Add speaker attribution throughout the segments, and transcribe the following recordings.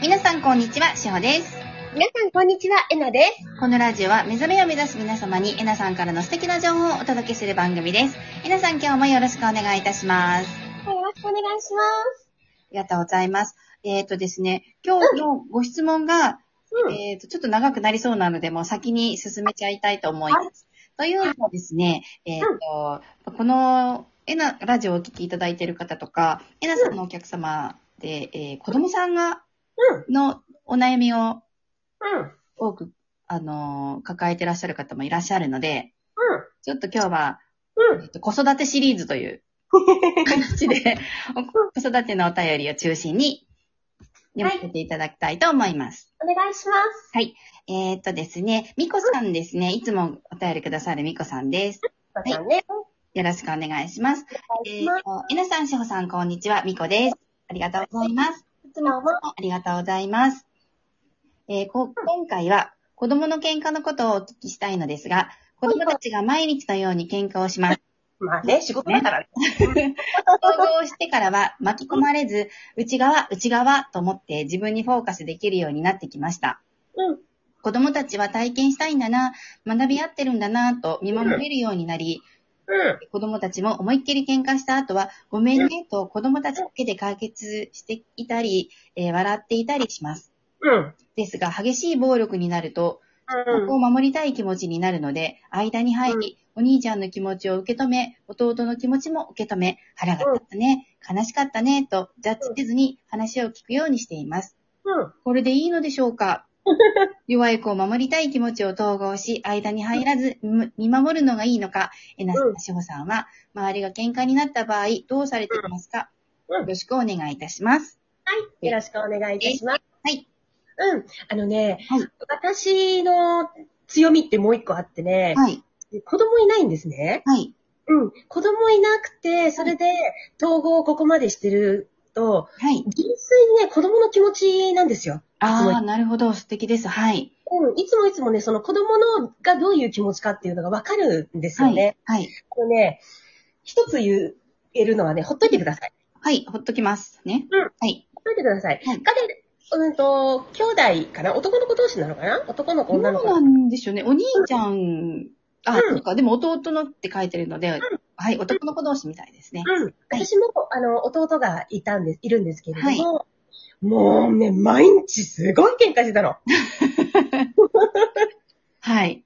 Speaker 1: 皆さんこんにちは、しほです。
Speaker 2: 皆さん、こんにちは。えなです。
Speaker 1: このラジオは目覚めを目指す皆様にえなさんからの素敵な情報をお届けする番組です。えなさん今日もよろしくお願いいたします。
Speaker 2: はい、よろしくお願いします。
Speaker 1: ありがとうございます。えっ、とですね、今日のご質問が、
Speaker 2: うん。
Speaker 1: えっ、と、ちょっと長くなりそうなので、もう先に進めちゃいたいと思います。というのもですね、えっ、と、この、えな、ラジオをお聞きいただいている方とか、えなさんのお客様で、えー子供さんが、のお悩みを
Speaker 2: うん。うん。
Speaker 1: 多く、あのー抱えてらっしゃる方もいらっしゃるので、ちょっと今日は、
Speaker 2: うん。うん
Speaker 1: え。っと子育てシリーズという 形で、お子育てのお便りを中心に読ませていただきたいと思います。
Speaker 2: お願いします。
Speaker 1: えーっとですね、みこさんですね、いつもお便りくださるみこさんです。
Speaker 2: はいい。ね。
Speaker 1: よろしくお願いします。
Speaker 2: お願い
Speaker 1: えー
Speaker 2: しま
Speaker 1: っ
Speaker 2: す。
Speaker 1: と、えなさん、しほさん、こんにちは、みこです。ありがとうございます。
Speaker 2: いつもも、
Speaker 1: ありがとうございます。えーこ今回は子供の喧嘩のことをお聞きしたいのですが、子供たちが毎日のように喧嘩をします。
Speaker 2: まあね、仕事だからね。
Speaker 1: 統合してからは巻き込まれず、内側、内側と思って自分にフォーカスできるようになってきました。
Speaker 2: うん。
Speaker 1: 子供たちは体験したいんだな、学び合ってるんだなと見守れるようになり、
Speaker 2: うん。
Speaker 1: 子供たちも思いっきり喧嘩した後は、ごめんねと子供たちだけで解決していたり、えー笑っていたりします。
Speaker 2: うん。
Speaker 1: ですが、激しい暴力になると、
Speaker 2: うん。
Speaker 1: 子を守りたい気持ちになるので、間に入り、お兄ちゃんの気持ちを受け止め、弟の気持ちも受け止め、腹が立ったね、悲しかったね、とジャッジせずに話を聞くようにしています。
Speaker 2: うん。
Speaker 1: これでいいのでしょう か弱い子を守りたい気持ちを統合し、間に入らず見見守るのがいいのか、えなさ
Speaker 2: うん
Speaker 1: ん、しほさんは、周りが喧嘩になった場合、どうされていますか
Speaker 2: うん
Speaker 1: よろしくお願いいたします。
Speaker 2: はい。よろしくお願いいたします。
Speaker 1: はい。
Speaker 2: うん。あのね、
Speaker 1: はい
Speaker 2: 私の強みってもう一個あってね、
Speaker 1: はい、
Speaker 2: 子供いないんですね。
Speaker 1: はい、
Speaker 2: うん。子供いなくて、それで統合をここまでしてると、
Speaker 1: はい。
Speaker 2: 純粋にね、子供の気持ちなんですよ。
Speaker 1: ああ、なるほど、素敵です。はい。
Speaker 2: うん、いつもいつもね、その子供のがどういう気持ちかっていうのがわかるんですよね。
Speaker 1: はい。
Speaker 2: このね、一つ言えるのはね、ほっといてください。
Speaker 1: はい。はい、ほっときますね。
Speaker 2: うん
Speaker 1: はい。
Speaker 2: ほっといてください。
Speaker 1: はい
Speaker 2: 彼、うんと、兄弟かな男の子同士なのかな男の子、
Speaker 1: どう
Speaker 2: 女の子。
Speaker 1: なんでしょうね。お兄ちゃん、あ、
Speaker 2: うん
Speaker 1: そうか、でも弟のって書いてるので、はい、男の子同士みたいですね。
Speaker 2: うん。私も、あの、弟がいたんです、いるんですけれども、
Speaker 1: はい
Speaker 2: もうね、毎日すごい喧嘩してたの。
Speaker 1: はい。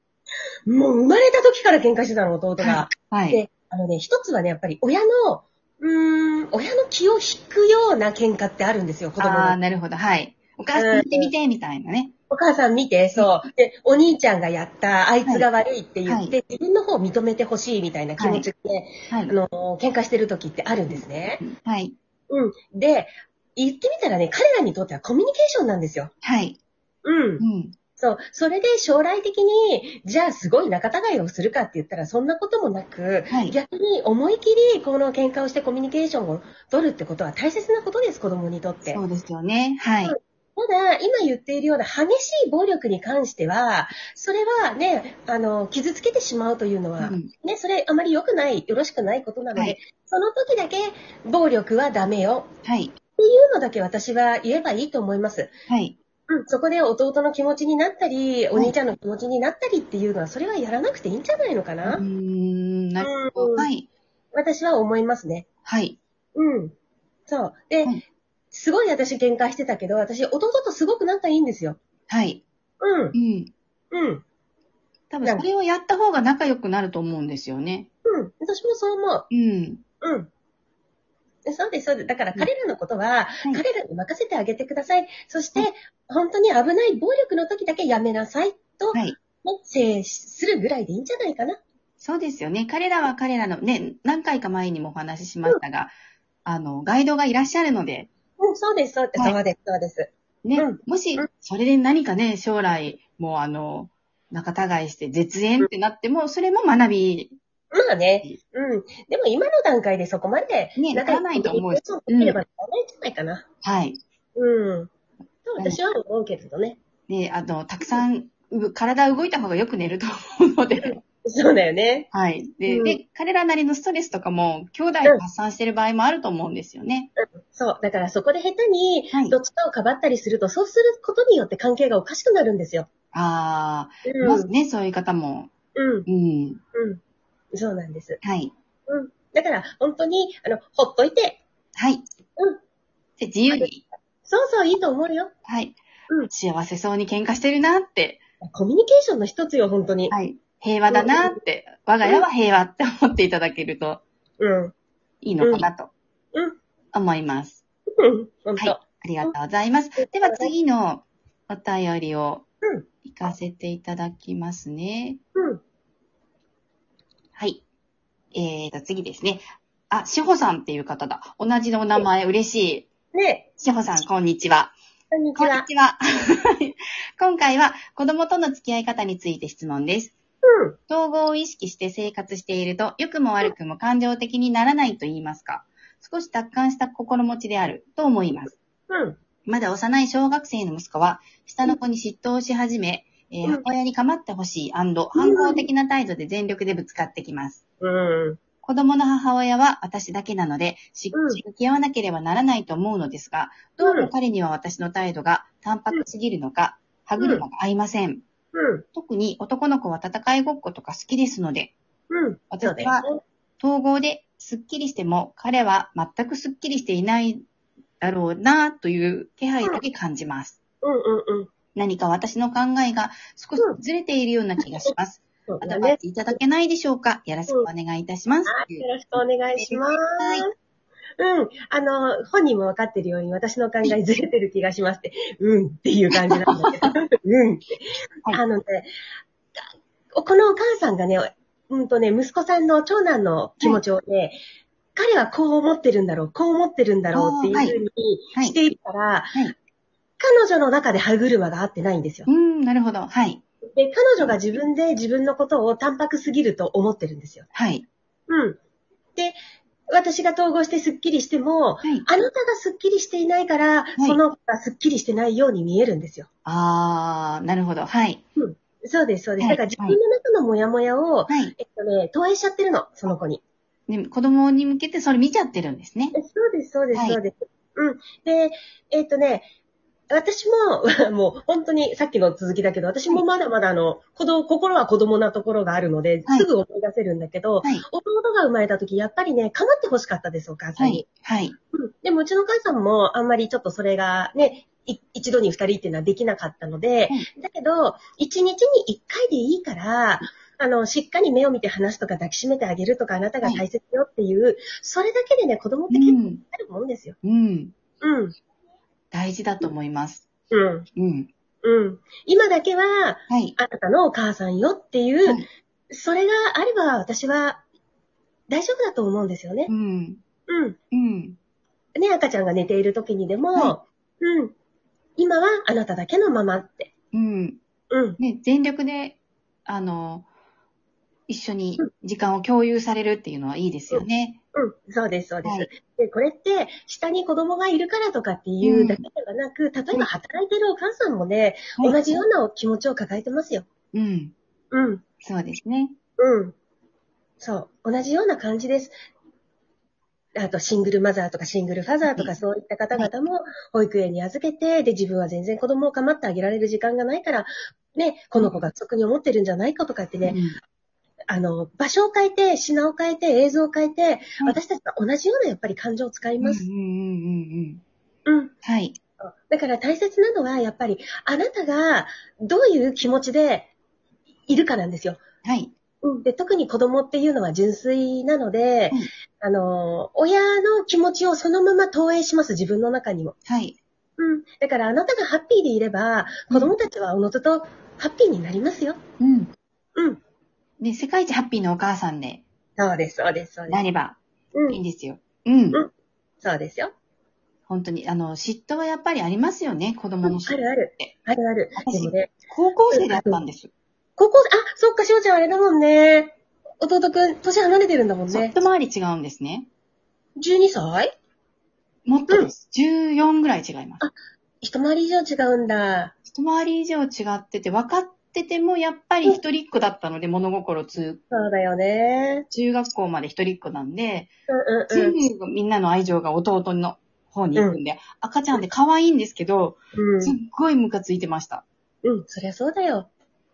Speaker 2: もう生まれた時から喧嘩してたの、弟が。
Speaker 1: はい。
Speaker 2: で、あのね、一つはね、やっぱり親の、うーん、親の気を引くような喧嘩ってあるんですよ、子供
Speaker 1: あ
Speaker 2: の
Speaker 1: あ、なるほど。はい。お母さん見てみて、みたいなね。
Speaker 2: お母さん見て、そう。で、お兄ちゃんがやった、あいつが悪いって言って、自分の方を認めてほしいみたいな気持ちで、
Speaker 1: はい
Speaker 2: あ。のー、喧嘩してる時ってあるんですね。
Speaker 1: はい。
Speaker 2: うん。で、言ってみたらね、彼らにとってはコミュニケーションなんですよ。
Speaker 1: はい。
Speaker 2: うん
Speaker 1: う。ん。
Speaker 2: そう。それで将来的に、じゃあすごい仲違いをするかって言ったら、そんなこともなく、
Speaker 1: はい。
Speaker 2: 逆に思い切り、この喧嘩をしてコミュニケーションを取るってことは大切なことです、子供にとって
Speaker 1: そ。うですよね。はい。
Speaker 2: ただ、今言っているような激しい暴力に関しては、それはね、あの、傷つけてしまうというのは、
Speaker 1: うん
Speaker 2: ね、それあまり良くない、よろしくないことなので、
Speaker 1: はい
Speaker 2: その時だけ暴力はダメよ。
Speaker 1: はい。
Speaker 2: そういうのだけ私は言えばいいと思います。
Speaker 1: はい。
Speaker 2: うん、そこで弟の気持ちになったり、お兄ちゃんの気持ちになったりっていうのは、それはやらなくていいんじゃないのか
Speaker 1: う
Speaker 2: な、
Speaker 1: ーん、なるほ
Speaker 2: う
Speaker 1: ど。
Speaker 2: ん
Speaker 1: はい。
Speaker 2: 私は思いますね。
Speaker 1: はい。
Speaker 2: うん。そう。で、
Speaker 1: はい
Speaker 2: すごい私喧嘩してたけど、私弟とすごく仲いいんですよ。
Speaker 1: はい。
Speaker 2: うん
Speaker 1: う。ん。
Speaker 2: うん。
Speaker 1: 多分、それをやった方が仲良くなると思うんですよね。
Speaker 2: うん。私もそう思
Speaker 1: うん。
Speaker 2: う。うん。そうです、そうです。だから彼らのことは、
Speaker 1: うん
Speaker 2: 彼らに任せてあげてください。そして、本当に危ない暴力の時だけやめなさいと、
Speaker 1: はい
Speaker 2: ね、制するぐらいでいいんじゃないかな。
Speaker 1: そうですよね。彼らは彼らの、ね、何回か前にもお話ししましたが、あの、ガイドがいらっしゃるので、
Speaker 2: うん、そうです、そうです、
Speaker 1: はい
Speaker 2: そうです、そうです。
Speaker 1: ね、
Speaker 2: うん
Speaker 1: もし
Speaker 2: うん、
Speaker 1: それで何かね、将来、もうあの、仲違いして絶縁ってなっても、それも学び、
Speaker 2: まあね、うん。でも今の段階でそこまで、
Speaker 1: ねならないと思う
Speaker 2: 仲良くコミュニケーションできればならないんじゃないかな。
Speaker 1: はい。
Speaker 2: うん。と私は思うけれどね。
Speaker 1: で、あの、たくさん、う体動いた方がよく寝ると思うので、
Speaker 2: そうだよね。
Speaker 1: はい。で、
Speaker 2: うん
Speaker 1: で、彼らなりのストレスとかも、兄弟
Speaker 2: うん
Speaker 1: で発散してる場合もあると思うんですよね。
Speaker 2: そう。だからそこで下手に
Speaker 1: はい、
Speaker 2: どっちかをかばったりすると、そうすることによって関係がおかしくなるんですよ。
Speaker 1: ああ、いま
Speaker 2: う
Speaker 1: す
Speaker 2: ん。
Speaker 1: ね、そういう方も。
Speaker 2: うん。
Speaker 1: うん。
Speaker 2: うん。そうなんです。
Speaker 1: はい。
Speaker 2: うん。だから、本当に、あの、ほっといて。
Speaker 1: はい。
Speaker 2: うん
Speaker 1: で、自由に。
Speaker 2: そうそう、いいと思うよ。
Speaker 1: はい。
Speaker 2: うん
Speaker 1: 幸せそうに喧嘩してるなって。
Speaker 2: コミュニケーションの一つよ、本当に。
Speaker 1: はい。平和だなって。我が家は平和って思っていただけると
Speaker 2: うん。
Speaker 1: いいのかなと
Speaker 2: うん。
Speaker 1: 思います。
Speaker 2: うん。本
Speaker 1: はい。
Speaker 2: 当。
Speaker 1: ありがとうございます。では次のお便りを
Speaker 2: うん
Speaker 1: 行かせていただきますね。
Speaker 2: うん。
Speaker 1: はい。えーと、次ですね。あ、しほさんっていう方だ。同じお名前、嬉しい。
Speaker 2: ね
Speaker 1: しほさん、こんにちは。
Speaker 2: こんにち
Speaker 1: こんに
Speaker 2: は。
Speaker 1: ちは。 今回は子供との付き合い方について質問です。
Speaker 2: うん。
Speaker 1: 統合を意識して生活していると、良くも悪くも感情的にならないと言いますか、少し達観した心持ちであると思います。
Speaker 2: うん。
Speaker 1: まだ幼い小学生の息子は、下の子に嫉妬をし始め、えー
Speaker 2: うん
Speaker 1: 母親に構ってほしい反抗的な態度で全力でぶつかってきます。
Speaker 2: うん。
Speaker 1: 子供の母親は私だけなので、し
Speaker 2: うん
Speaker 1: 向き合わなければならないと思うのですが、どうも彼には私の態度が淡白すぎるのか、歯車が合いません。
Speaker 2: うん。
Speaker 1: 特に男の子は戦いごっことか好きですので、
Speaker 2: うん。そうだ
Speaker 1: 私
Speaker 2: よ
Speaker 1: は
Speaker 2: ね。
Speaker 1: 統合でスッキリしても彼は全くスッキリしていないだろうなという気配だけ感じます。
Speaker 2: うんうんうん。
Speaker 1: 何か私の考えが少しずれているような気がします。
Speaker 2: そう
Speaker 1: ア
Speaker 2: だ
Speaker 1: ドバイ
Speaker 2: ね。
Speaker 1: スいただけないでしょうかよろしくお願いいたします。という
Speaker 2: よろしくお願いします。
Speaker 1: はい
Speaker 2: うん。あの、本人も分かってるように、私の考えずれてる気がしますって、うんっていう感じなん だけど、うんって。
Speaker 1: はい
Speaker 2: あのね、このお母さんがね、うんとね、息子さんの長男の気持ちをね、彼はこう思ってるんだろう、こう思ってるんだろうっていうふう
Speaker 1: はい
Speaker 2: にしているから、
Speaker 1: はい
Speaker 2: 彼女の中で歯車が合ってないんですよ
Speaker 1: う。ん、なるほど。はい。
Speaker 2: で、彼女が自分で自分のことを淡白すぎると思ってるんですよ。
Speaker 1: はい。
Speaker 2: うん。で、私が統合してスッキリしても、
Speaker 1: はい。
Speaker 2: あなたがスッキリしていないから、
Speaker 1: い
Speaker 2: その子がスッキリしてないように見えるんですよ。
Speaker 1: あー、なるほど。はい。
Speaker 2: そうです、そうで
Speaker 1: は
Speaker 2: す。だ
Speaker 1: い
Speaker 2: から自分の中のモヤモヤを、
Speaker 1: はい。
Speaker 2: えっとね、投影しちゃってるの、その子に。
Speaker 1: ね子供に向けてそれ見ちゃってるんですね。
Speaker 2: えそうです、そうで
Speaker 1: は
Speaker 2: す、
Speaker 1: い
Speaker 2: そうです。うん。で、えっとね、私も、 もう本当にさっきの続きだけど、私もまだまだあの、子供、心は子供なところがあるので、
Speaker 1: はい
Speaker 2: すぐ思い出せるんだけ
Speaker 1: は
Speaker 2: ど、
Speaker 1: い。
Speaker 2: 弟が生まれた時、やっぱりね、かまってほしかったです、お母さ
Speaker 1: は
Speaker 2: んに。
Speaker 1: い。はい。
Speaker 2: うんでもうちの母さんもあんまりちょっとそれがね、い一度に二人っていうのはできなかったので、だけど、一日に一回でいいから、あの、しっかり目を見て話すとか抱きしめてあげるとかあなたが大切よっていう、それだけでね、子供って
Speaker 1: う
Speaker 2: 結構
Speaker 1: ん。
Speaker 2: あるもんですよ。
Speaker 1: うん。
Speaker 2: うん。
Speaker 1: 大事だと思います。
Speaker 2: うん。
Speaker 1: うん。
Speaker 2: うん。今だけは、
Speaker 1: はい。
Speaker 2: あなたのお母さんよっていう、
Speaker 1: はい
Speaker 2: それがあれば私は大丈夫だと思うんですよね
Speaker 1: う。ん。
Speaker 2: うん。
Speaker 1: うん。
Speaker 2: ね、赤ちゃんが寝ている時にでも、
Speaker 1: は
Speaker 2: うん。今はあなただけのままって。
Speaker 1: うん。
Speaker 2: うん。
Speaker 1: ね、全力で、あの、一緒に時間を共有されるっていうのはいいですよね。
Speaker 2: うん。そうです、そうです。
Speaker 1: はい
Speaker 2: で、これって、下に子供がいるからとかっていうだけではなく、例えば働いてるお母さんもね、
Speaker 1: はい
Speaker 2: 同じような気持ちを抱えてますよ。
Speaker 1: うん。
Speaker 2: うん。
Speaker 1: そうですね。
Speaker 2: うん。そう。同じような感じです。あと、シングルマザーとかシングルファザーと
Speaker 1: は
Speaker 2: か
Speaker 1: い
Speaker 2: そういった方々も保育園に預けて、で、自分は全然子供を構ってあげられる時間がないから、ね、この子が不足に思ってるんじゃないかとかってね、
Speaker 1: うん
Speaker 2: あの、場所を変えて、品を変えて、映像を変えて、私たちと同じようなやっぱり感情を使い
Speaker 1: うんうんう
Speaker 2: ま
Speaker 1: ん
Speaker 2: す。
Speaker 1: うんうん。
Speaker 2: うん。
Speaker 1: はい。
Speaker 2: だから大切なのは、やっぱり、あなたがどういう気持ちでいるかなんですよ。
Speaker 1: はい。
Speaker 2: うん、で特に子供っていうのは純粋なので、
Speaker 1: うん
Speaker 2: あの、親の気持ちをそのまま投影します、自分の中にも。
Speaker 1: はい。
Speaker 2: うん。だからあなたがハッピーでいれば、子供たちはおのずとハッピーになりますよ。
Speaker 1: うん。
Speaker 2: うん。
Speaker 1: ね、世界一ハッピーなお母さんで
Speaker 2: そうです、そうです、そうで
Speaker 1: な
Speaker 2: す。
Speaker 1: れば
Speaker 2: う
Speaker 1: いいん
Speaker 2: ん。
Speaker 1: ですよ。うん。
Speaker 2: うんそうですよ。
Speaker 1: 本当に、あの、嫉妬はやっぱりありますよね、子供の
Speaker 2: あ
Speaker 1: 嫉妬。
Speaker 2: るある。あるある。でもね、
Speaker 1: 高校生だったんです。
Speaker 2: 高校、あ、そっか、しおちゃんあれだもんね。弟くん、年離れてるんだもん
Speaker 1: そう
Speaker 2: ね。
Speaker 1: 一回り違うんですね。
Speaker 2: 12歳
Speaker 1: もっとです。14ぐらい違います。
Speaker 2: 一回り以上違うんだ。
Speaker 1: 一回り以上違ってて、分かっってても、やっぱり一人っ子だったので、物心つ、
Speaker 2: そうだよね。
Speaker 1: 中学校まで一人っ子なんで、
Speaker 2: うんうん
Speaker 1: 全
Speaker 2: うん。
Speaker 1: 部みんなの愛情が弟の方に行くんで、赤ちゃんって可愛いんですけど、すっごいムカついてました。
Speaker 2: うん、うん、そりゃそうだよ。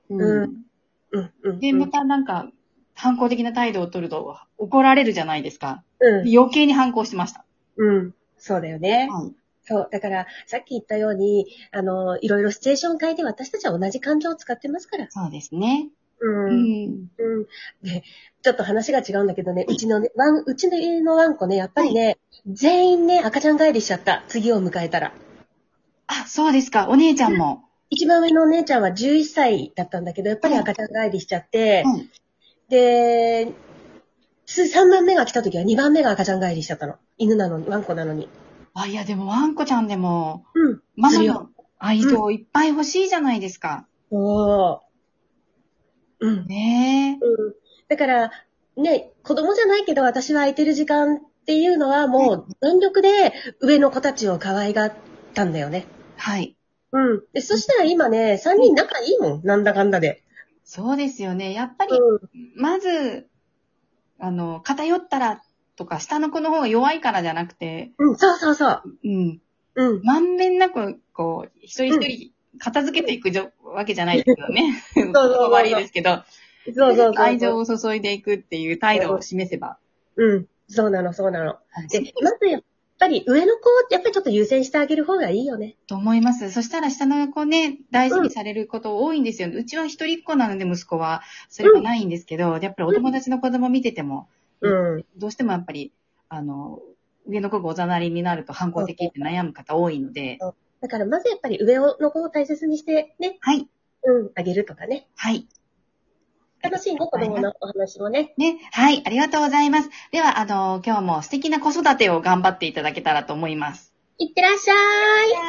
Speaker 1: う
Speaker 2: うんんうん、うん。
Speaker 1: で、またなんか、反抗的な態度を取ると怒られるじゃないですか。
Speaker 2: うん、
Speaker 1: 余計に反抗してました。
Speaker 2: うん。そうだよね。
Speaker 1: はい。
Speaker 2: そう。だから、さっき言ったように、あの、いろいろシチュエーション変えて私たちは同じ感情を使ってますから。
Speaker 1: そうですね。
Speaker 2: う。
Speaker 1: うんん。
Speaker 2: うん。で、ちょっと話が違うんだけどね、うちのね、ワン、うちの家のワンコね、やっぱりね、全員ね、赤ちゃん帰りしちゃった。次を迎えたら。
Speaker 1: あ、そうですか。お姉ちゃんも。
Speaker 2: 一番上のお姉ちゃんは11歳だったんだけど、やっぱり赤ちゃん帰りしちゃって、
Speaker 1: はい
Speaker 2: で、す3番目が来た時は2番目が赤ちゃん帰りしちゃったの。犬なのに、ワンコなのに。
Speaker 1: あ、いや、でもワンコちゃんでも、
Speaker 2: うん。
Speaker 1: ママ
Speaker 2: する
Speaker 1: の
Speaker 2: よ
Speaker 1: 愛情いっぱい欲しいじゃないですか。
Speaker 2: おー。うん。
Speaker 1: ねえ。
Speaker 2: うんだから、ね、子供じゃないけど私は空いてる時間っていうのはもう全力で上の子たちを可愛がったんだよね。
Speaker 1: はい。
Speaker 2: うん。で、そしたら今ね、3人仲いいもん。なんだかんだで。
Speaker 1: そうですよね。やっぱり、
Speaker 2: うん。
Speaker 1: まず、あの、偏ったらとか、下の子の方が弱いからじゃなくて、
Speaker 2: うん、そうそうそう。
Speaker 1: うん。
Speaker 2: うん。
Speaker 1: まんべんなく、こう、一人一人片付けていくじょ、わけじゃないですけどね。言
Speaker 2: そうそう
Speaker 1: 葉悪いですけど、
Speaker 2: そうそうそう。
Speaker 1: 愛情を注いでいくっていう態度を示せば。
Speaker 2: うん。そうなの、そうなの。で、まずやっぱり上の子ってやっぱりちょっと優先してあげる方がいいよね。
Speaker 1: と思います。そしたら下の子ね、大事にされること多いんですよ。うちは一人っ子なので息子は、それがないんですけど、やっぱりお友達の子供見てても、
Speaker 2: うん。
Speaker 1: どうしてもやっぱり、あの、上の子がおざなりになると反抗的って悩む方多いので、
Speaker 2: だからまずやっぱり上の子を大切にしてね、
Speaker 1: はい、
Speaker 2: うん、あげるとかね。
Speaker 1: はい。
Speaker 2: 楽しいね、子供のお話もね。
Speaker 1: ね、はい、ありがとうございます。では、あの、今日も素敵な子育てを頑張っていただけたらと思います。
Speaker 2: いってらっしゃい。